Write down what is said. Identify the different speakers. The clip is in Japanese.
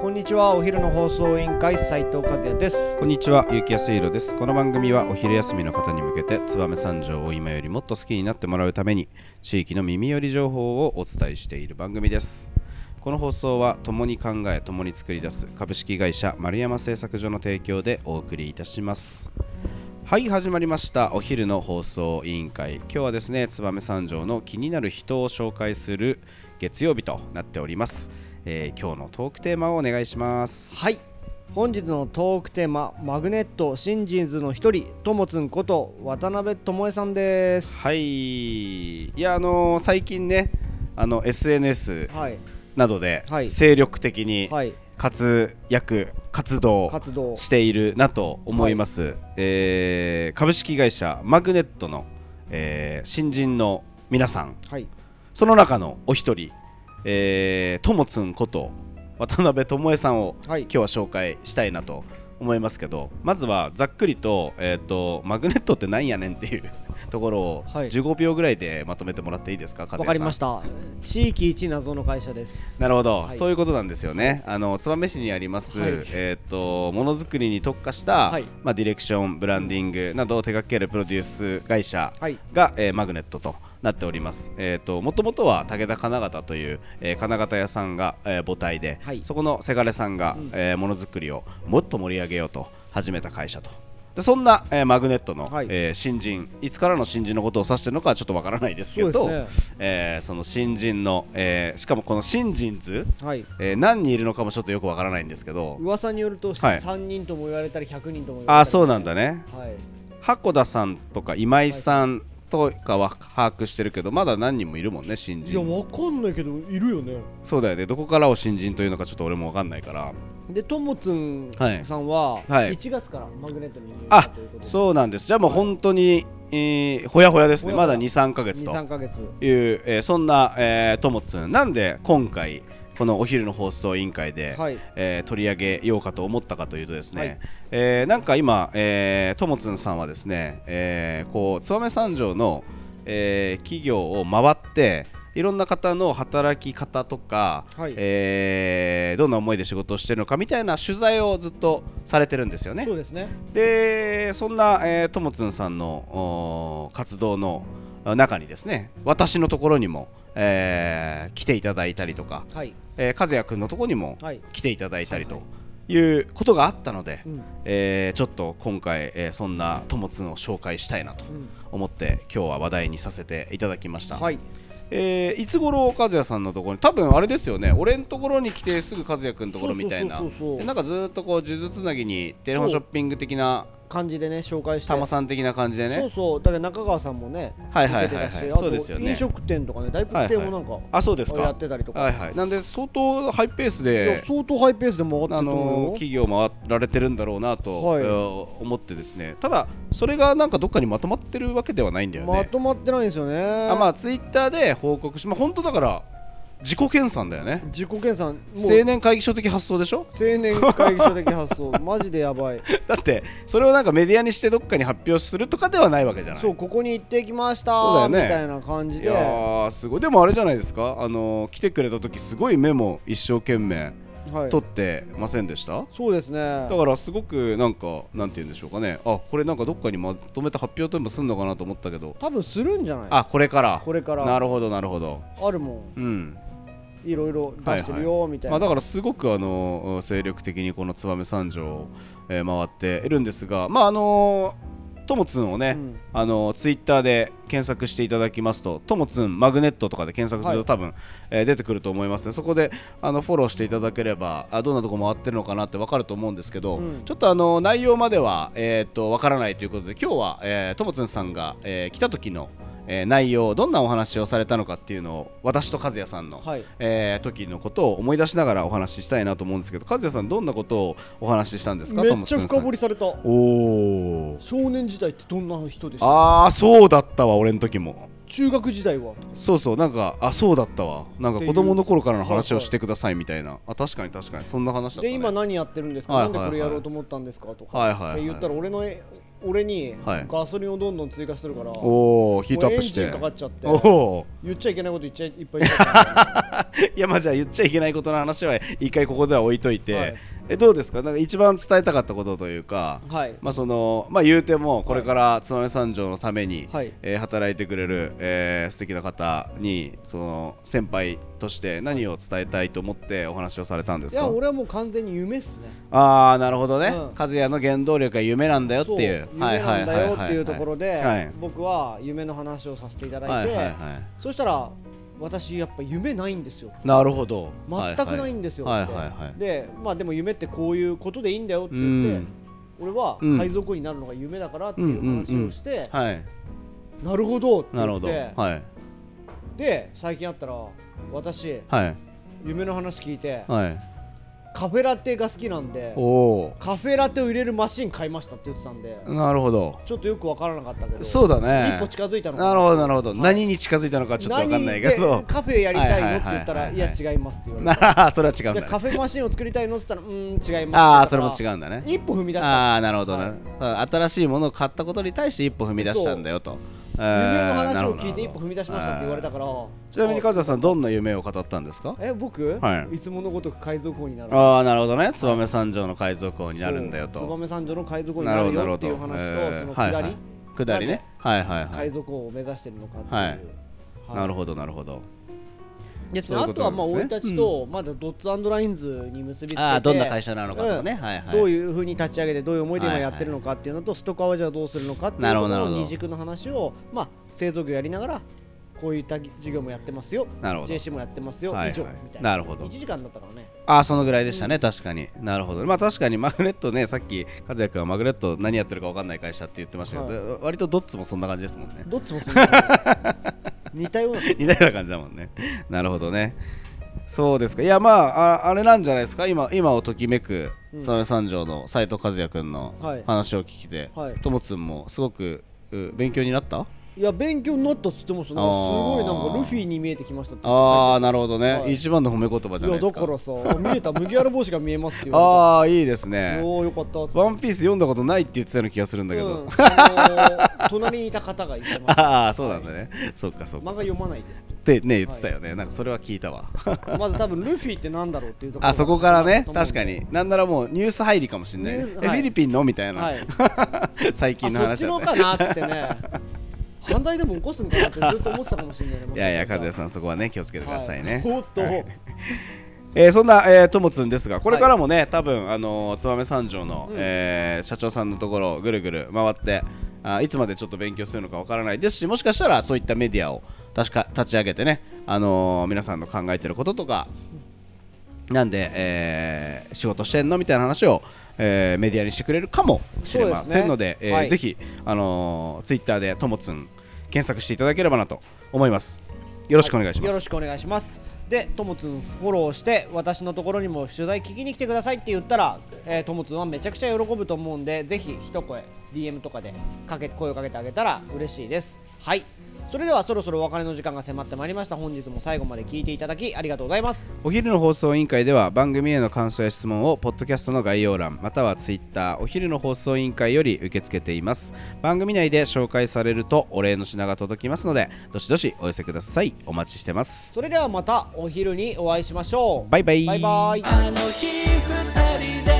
Speaker 1: こんにちはお昼の放送委員会斉藤和也です
Speaker 2: こんにちは、ゆきやすいろです。この番組はお昼休みの方に向けて、燕三条を今よりもっと好きになってもらうために、地域の耳寄り情報をお伝えしている番組です。この放送は、共に考え、共に作り出す株式会社丸山製作所の提供でお送りいたします。はい、始まりました。お昼の放送委員会。今日はですね、燕三条の気になる人を紹介する月曜日となっております。えー今日のトークテーマをお願いします。
Speaker 1: はい本日のトークテーママグネット新人ズの一人ともつんこと渡辺智恵さんです
Speaker 2: はい、いや、あのー最近ね、あの SNS
Speaker 1: はい
Speaker 2: などで
Speaker 1: はい
Speaker 2: 精力的に
Speaker 1: はい
Speaker 2: 活躍、活動
Speaker 1: 活動
Speaker 2: しているなと思います。えー株式会社マグネットの、えー新人の皆さん、
Speaker 1: はい
Speaker 2: その中のお一人、えーともつんこと渡辺智恵さんを
Speaker 1: はい
Speaker 2: 今日は紹介したいなと思いますけどまずはざっくりと,、えー、とマグネットってなんやねんっていうところを
Speaker 1: はい
Speaker 2: 15秒ぐらいでまとめてもらっていいですか和也さん
Speaker 1: わかりました地域一謎の会社です
Speaker 2: なるほど、
Speaker 1: はい
Speaker 2: そういうことなんですよねあの燕市にあります、
Speaker 1: はい
Speaker 2: えー、とものづくりに特化した、
Speaker 1: はい
Speaker 2: まあ、ディレクションブランディングなどを手掛けるプロデュース会社
Speaker 1: はい
Speaker 2: が、えーマグネットとなっております。えー、と元々は武田金型という、えー金型屋さんが、えー母体で、
Speaker 1: はい
Speaker 2: そこのせがれさんが
Speaker 1: うん
Speaker 2: えーものづくりをもっと盛り上げようと始めた会社と。でそんな、えーマグネットの、
Speaker 1: はい
Speaker 2: えー新人いつからの新人のことを指してるのかはちょっとわからないですけど
Speaker 1: そうです
Speaker 2: えーその新人の、えーしかもこの新人図、
Speaker 1: はい
Speaker 2: えー何人いるのかもちょっとよくわからないんですけど
Speaker 1: 噂によると
Speaker 2: はい
Speaker 1: 3人とも言われたり100人とも言われたり
Speaker 2: ああそうなんだね
Speaker 1: はい
Speaker 2: 箱田さんとか今井さんとかは把握してるけどまだ何人もいるもんね新
Speaker 1: いや
Speaker 2: 人
Speaker 1: わかんないけどいるよね
Speaker 2: そうだよねどこからを新人というのかちょっと俺もわかんないから
Speaker 1: でともつん
Speaker 2: はい
Speaker 1: さんは
Speaker 2: はい
Speaker 1: 1月からマグネットに入社
Speaker 2: あ
Speaker 1: ということで
Speaker 2: そうなんですじゃあもう本当に、えーほやほやですね
Speaker 1: ほやほ
Speaker 2: ま
Speaker 1: や
Speaker 2: だ23ヶ月と
Speaker 1: 23ヶ月
Speaker 2: いう、えーそんな、えーともつんなんで今回このお昼の放送委員会で、
Speaker 1: はい
Speaker 2: えー取り上げようかと思ったかというとですね、
Speaker 1: はい
Speaker 2: えーなんか今、えーともつんさんはですね、えーこう燕三条の、えー企業を回っていろんな方の働き方とか、
Speaker 1: はい
Speaker 2: えーどんな思いで仕事をしてるのかみたいな取材をずっとされてるんですよね
Speaker 1: そ。うですね
Speaker 2: でそんなえーともつんさんのおー活動のあ中にですね私のところにも、えー来ていただいたりとか、
Speaker 1: はい
Speaker 2: えー、和也くんのところにも
Speaker 1: はい
Speaker 2: 来ていただいたり
Speaker 1: は
Speaker 2: ということがあったので
Speaker 1: う、ん
Speaker 2: えーちょっと今回、えーそんなともつんを紹介したいなと
Speaker 1: うん
Speaker 2: 思って今日は話題にさせていただきました、
Speaker 1: はい
Speaker 2: えーいつ頃和也さんのところに多分あれですよね俺のところに来てすぐ和也くんのところみたいな
Speaker 1: そうそうそうそう
Speaker 2: でなんかずーっとこう呪術つなぎにテレフォンショッピング的な
Speaker 1: 感じでね紹介して
Speaker 2: 玉さん的な感じで
Speaker 1: そう
Speaker 2: ね
Speaker 1: そうだから中川さんもね
Speaker 2: はいはいはいはい
Speaker 1: 受けてたし
Speaker 2: そうですよね
Speaker 1: あと飲食店とかね大黒店もなんか
Speaker 2: あそうですか
Speaker 1: やってたりとか
Speaker 2: はいはいなんで相当ハイペース
Speaker 1: いや
Speaker 2: で
Speaker 1: 相当ハイペースで回ってる
Speaker 2: あ
Speaker 1: と
Speaker 2: の
Speaker 1: 思うよ
Speaker 2: 企業回られてるんだろうなと、
Speaker 1: はい
Speaker 2: えー思ってですねただそれがなんかどっかにまとまってるわけではないんだよね、
Speaker 1: まとまってないんですよね
Speaker 2: あまあツイッターで報告しまあ本当だから自己研鑽だよね
Speaker 1: 自己検査もう
Speaker 2: 青年会議所的発想でしょ
Speaker 1: 青年会議所的発想 マジでやばい
Speaker 2: だってそれをなんかメディアにしてどっかに発表するとかではないわけじゃない
Speaker 1: そうここに行ってきました
Speaker 2: そうだよね
Speaker 1: みたいな感じ
Speaker 2: い
Speaker 1: で
Speaker 2: やーすごいでもあれじゃないですかあのー来てくれた時すごいメモ一生懸命
Speaker 1: はい
Speaker 2: 取ってませんでした、
Speaker 1: そうですね
Speaker 2: だからすごくなんかなんて言うんでしょうかねあこれなんかどっかにまとめて発表とでもすんのかなと思ったけど
Speaker 1: 多分するんじゃない
Speaker 2: あこれから
Speaker 1: これから
Speaker 2: なるほどなるほど
Speaker 1: あるも
Speaker 2: うん
Speaker 1: んいろいろ出してるよみたい
Speaker 2: ま
Speaker 1: な、
Speaker 2: あ、だからすごくあの精力的にこの燕三条を、えー回っているんですがまああのともつんをね、
Speaker 1: うん
Speaker 2: あのツイッターで検索していただきますとともつんマグネットとかで検索すると多分、えー出てくると思いますねそこであのフォローしていただければあどんなとこ回ってるのかなって分かると思うんですけど、
Speaker 1: うん
Speaker 2: ちょっとあの内容までは、えー、と分からないということで今日は、えーともつんさんが、えー来た時の、えー内容どんなお話をされたのかっていうのを私と和也さんの、
Speaker 1: はい
Speaker 2: えー時のことを思い出しながらお話ししたいなと思うんですけど和也さんどんなことをお話ししたんですか
Speaker 1: めっちゃ深掘
Speaker 2: り
Speaker 1: りされた
Speaker 2: おー
Speaker 1: 少年時代ってどんな人でした
Speaker 2: ああそうだったわ俺の時も
Speaker 1: 中学時代は
Speaker 2: そうそうなんかあそうだったわなんか子供の頃からの話
Speaker 1: っ
Speaker 2: を
Speaker 1: ていう
Speaker 2: してくださいみたいなあ確かに確かにそんな話だった、
Speaker 1: で
Speaker 2: ね、
Speaker 1: 今何やってるんですか、
Speaker 2: はいはいはい
Speaker 1: なんでこれやろうと思ったんですかとか、
Speaker 2: はいはいはい
Speaker 1: って言ったら俺の俺に
Speaker 2: はい
Speaker 1: ガソリンをどんどん追加するから、
Speaker 2: おおヒートアップし
Speaker 1: もうエ
Speaker 2: て
Speaker 1: ンジンかかっちゃって
Speaker 2: おお
Speaker 1: 言っちゃいけないこと言っちゃいいっぱい言っちゃった
Speaker 2: いやまあじゃあ言っちゃいけないことの話は一回ここでは置いといて、
Speaker 1: はい
Speaker 2: えどうですかなんか一番伝えたかったことというか、
Speaker 1: はい
Speaker 2: まあそのまあ言うてもこれから燕三条のために、
Speaker 1: はい
Speaker 2: えー働いてくれる、えー素敵な方にその先輩として何を伝えたいと思ってお話をされたんで
Speaker 1: い
Speaker 2: す
Speaker 1: や
Speaker 2: か
Speaker 1: 俺はもう完全に夢っすね
Speaker 2: ああなるほどね、
Speaker 1: うん
Speaker 2: 和也の原動力が夢なんだよっていう
Speaker 1: そ夢なんだよっていうところ
Speaker 2: はいはい
Speaker 1: で僕は夢の話をさせていた
Speaker 2: は
Speaker 1: だ
Speaker 2: い
Speaker 1: い
Speaker 2: はいは
Speaker 1: て
Speaker 2: い
Speaker 1: そしたら私やっぱ夢ないんですよ
Speaker 2: なるほど
Speaker 1: 全くないんですよ
Speaker 2: はい
Speaker 1: っ
Speaker 2: はい
Speaker 1: て
Speaker 2: はいはい
Speaker 1: でまあでも夢ってこういうことでいいんだよって言って俺は
Speaker 2: うん
Speaker 1: 海賊王になるのが夢だからっていう話をして
Speaker 2: はいはい
Speaker 1: なるほどって
Speaker 2: な
Speaker 1: 言
Speaker 2: る
Speaker 1: っ
Speaker 2: ほど
Speaker 1: て
Speaker 2: はい
Speaker 1: で最近あったら私
Speaker 2: はい
Speaker 1: 夢の話聞いて
Speaker 2: はい
Speaker 1: カフェラテが好きなんで
Speaker 2: おお
Speaker 1: カフェラテを入れるマシン買いましたって言ってたんで
Speaker 2: なるほど
Speaker 1: ちょっとよくわからなかったけど
Speaker 2: そうだね
Speaker 1: 一歩近づいたのか
Speaker 2: なるほどなるほど、何に近づいたのかちょっとわかんないけ
Speaker 1: 何
Speaker 2: ど
Speaker 1: でカフェやりたいのって言った
Speaker 2: は
Speaker 1: らい
Speaker 2: いはいはいは
Speaker 1: や
Speaker 2: い
Speaker 1: 違いますって言われて
Speaker 2: な それは違うん
Speaker 1: じ
Speaker 2: だ
Speaker 1: ゃあカフェマシンを作りたいのって言ったらうーん違います
Speaker 2: ああそれも違
Speaker 1: う
Speaker 2: うんだね
Speaker 1: 一歩踏み出した
Speaker 2: ああーなるほどね、新しいものを買ったことに対して一歩踏み出したんだよと夢
Speaker 1: 夢の話を聞いて一歩踏み出しましたって言われたから
Speaker 2: ちなみに和也さんどんな夢を語ったんですか
Speaker 1: え僕、
Speaker 2: はい
Speaker 1: い、つものごとく海賊王になる
Speaker 2: ああなるほどね燕三条の海賊王になるんだよと
Speaker 1: 燕三条の海賊王になるよっていう話と、その下り、
Speaker 2: はいはい下りねはいはいは
Speaker 1: 海
Speaker 2: い
Speaker 1: 賊王を目指してるのかっていう、
Speaker 2: はい
Speaker 1: はい
Speaker 2: なるほどなるほど
Speaker 1: で
Speaker 2: そういうこ
Speaker 1: あとはまあ
Speaker 2: なんで
Speaker 1: 俺
Speaker 2: すね
Speaker 1: たちとまだドッツアンドラインズに結びつけて、
Speaker 2: ああどんな会社なのかとかねはいはい
Speaker 1: どういうふうに立ち上げてどういう思いで今やってるのかっていうのと、ストーカーはじゃあどうするのかっていう
Speaker 2: な
Speaker 1: と
Speaker 2: る
Speaker 1: こ
Speaker 2: ほど
Speaker 1: ろの
Speaker 2: なるほど
Speaker 1: 二軸の話をまあ製造業やりながらこういった授業もやってますよ
Speaker 2: なるほど
Speaker 1: JC もやってますよ、
Speaker 2: はいはい
Speaker 1: 以上みたいな
Speaker 2: なるほど
Speaker 1: 1時間だったから ね
Speaker 2: ああそのぐらいでしたね、確かになるほどまあ確かにマグネットねさっき和也君はマグネット何やってるか分かんない会社って言ってましたけど、割とどっちもそんな感じですもんね
Speaker 1: どっちもそんな感じ似たような
Speaker 2: 似たような感じだもんねなるほどねそうですかいやまあああれなんじゃないですか今今をときめく
Speaker 1: うん
Speaker 2: 燕三条の斎藤和也君の
Speaker 1: はい
Speaker 2: 話を聞いて、
Speaker 1: はい
Speaker 2: ともつんもすごくう勉強になった
Speaker 1: いや勉強になったっつってましたなんかすごいなんかルフィに見えてきましたって
Speaker 2: ああなるほどね、
Speaker 1: はい
Speaker 2: 一番の褒め言葉じゃ
Speaker 1: い
Speaker 2: な
Speaker 1: や
Speaker 2: い
Speaker 1: だ
Speaker 2: ですか
Speaker 1: からさ見えた麦わら帽子が見えますって言わ
Speaker 2: ああいいです
Speaker 1: れて
Speaker 2: ね
Speaker 1: おおよかったっつって
Speaker 2: ワンピース読んだことないって言ってたような気がするんだけど、
Speaker 1: うんあのー隣にいた方が言ってま した
Speaker 2: ああそうなんだね、そっかそっ
Speaker 1: 漫画
Speaker 2: か
Speaker 1: 読まないですって
Speaker 2: ってね言ってたよね、なんかそれは聞いたわ
Speaker 1: まず多分ルフィってなんだろうっていうところが
Speaker 2: あそこからね
Speaker 1: と思うん
Speaker 2: 確
Speaker 1: で
Speaker 2: かになんならもうニュース入りかもしんないね
Speaker 1: ニュース
Speaker 2: え
Speaker 1: は
Speaker 2: フ
Speaker 1: い
Speaker 2: ィリピンのみたいな、
Speaker 1: はい
Speaker 2: 最近の
Speaker 1: あそ
Speaker 2: 話だ
Speaker 1: っちの
Speaker 2: ね
Speaker 1: かなっつってね犯罪でも起こすんかなってずっと思ってたかもしれないねも
Speaker 2: い
Speaker 1: しか
Speaker 2: やいや
Speaker 1: した
Speaker 2: 和
Speaker 1: ら
Speaker 2: 也さんそこはね気をつけてくださいね、
Speaker 1: はいおっと、
Speaker 2: えーそんな、えー、ともつんですがこれからもね、多分あのー燕三条の、
Speaker 1: うん
Speaker 2: えー社長さんのところをぐるぐる回ってあーいつまでちょっと勉強するのかわからないですしもしかしたらそういったメディアを確か立ち上げてね、あのー皆さんの考えてることとかなんで、えー仕事してんのみたいな話を、えーメディアにしてくれるかもしれま
Speaker 1: そうです
Speaker 2: せん
Speaker 1: ね
Speaker 2: のでえー
Speaker 1: はい
Speaker 2: ぜひ、あのツイッター Twitter でともつん検索していただければなと思います。よろしくお願いしま
Speaker 1: よろ
Speaker 2: す。
Speaker 1: しくお願いしますでともつんフォローして私のところにも取材聞きに来てくださいって言ったらえーともつんはめちゃくちゃ喜ぶと思うんでぜひ一声 DM とかでかけ声をかけてあげたら嬉しいですはいそれではそろそろお別れの時間が迫ってまいりました本日も最後まで聞いていただきありがとうございます
Speaker 2: お昼の放送委員会では番組への感想や質問をポッドキャストの概要欄またはツイッターお昼の放送委員会より受け付けています番組内で紹介されるとお礼の品が届きますのでどしどしお寄せくださいお待ちしてます
Speaker 1: それではまたお昼にお会いしましょう
Speaker 2: バイバイ
Speaker 1: バイバイ
Speaker 3: あの日二人で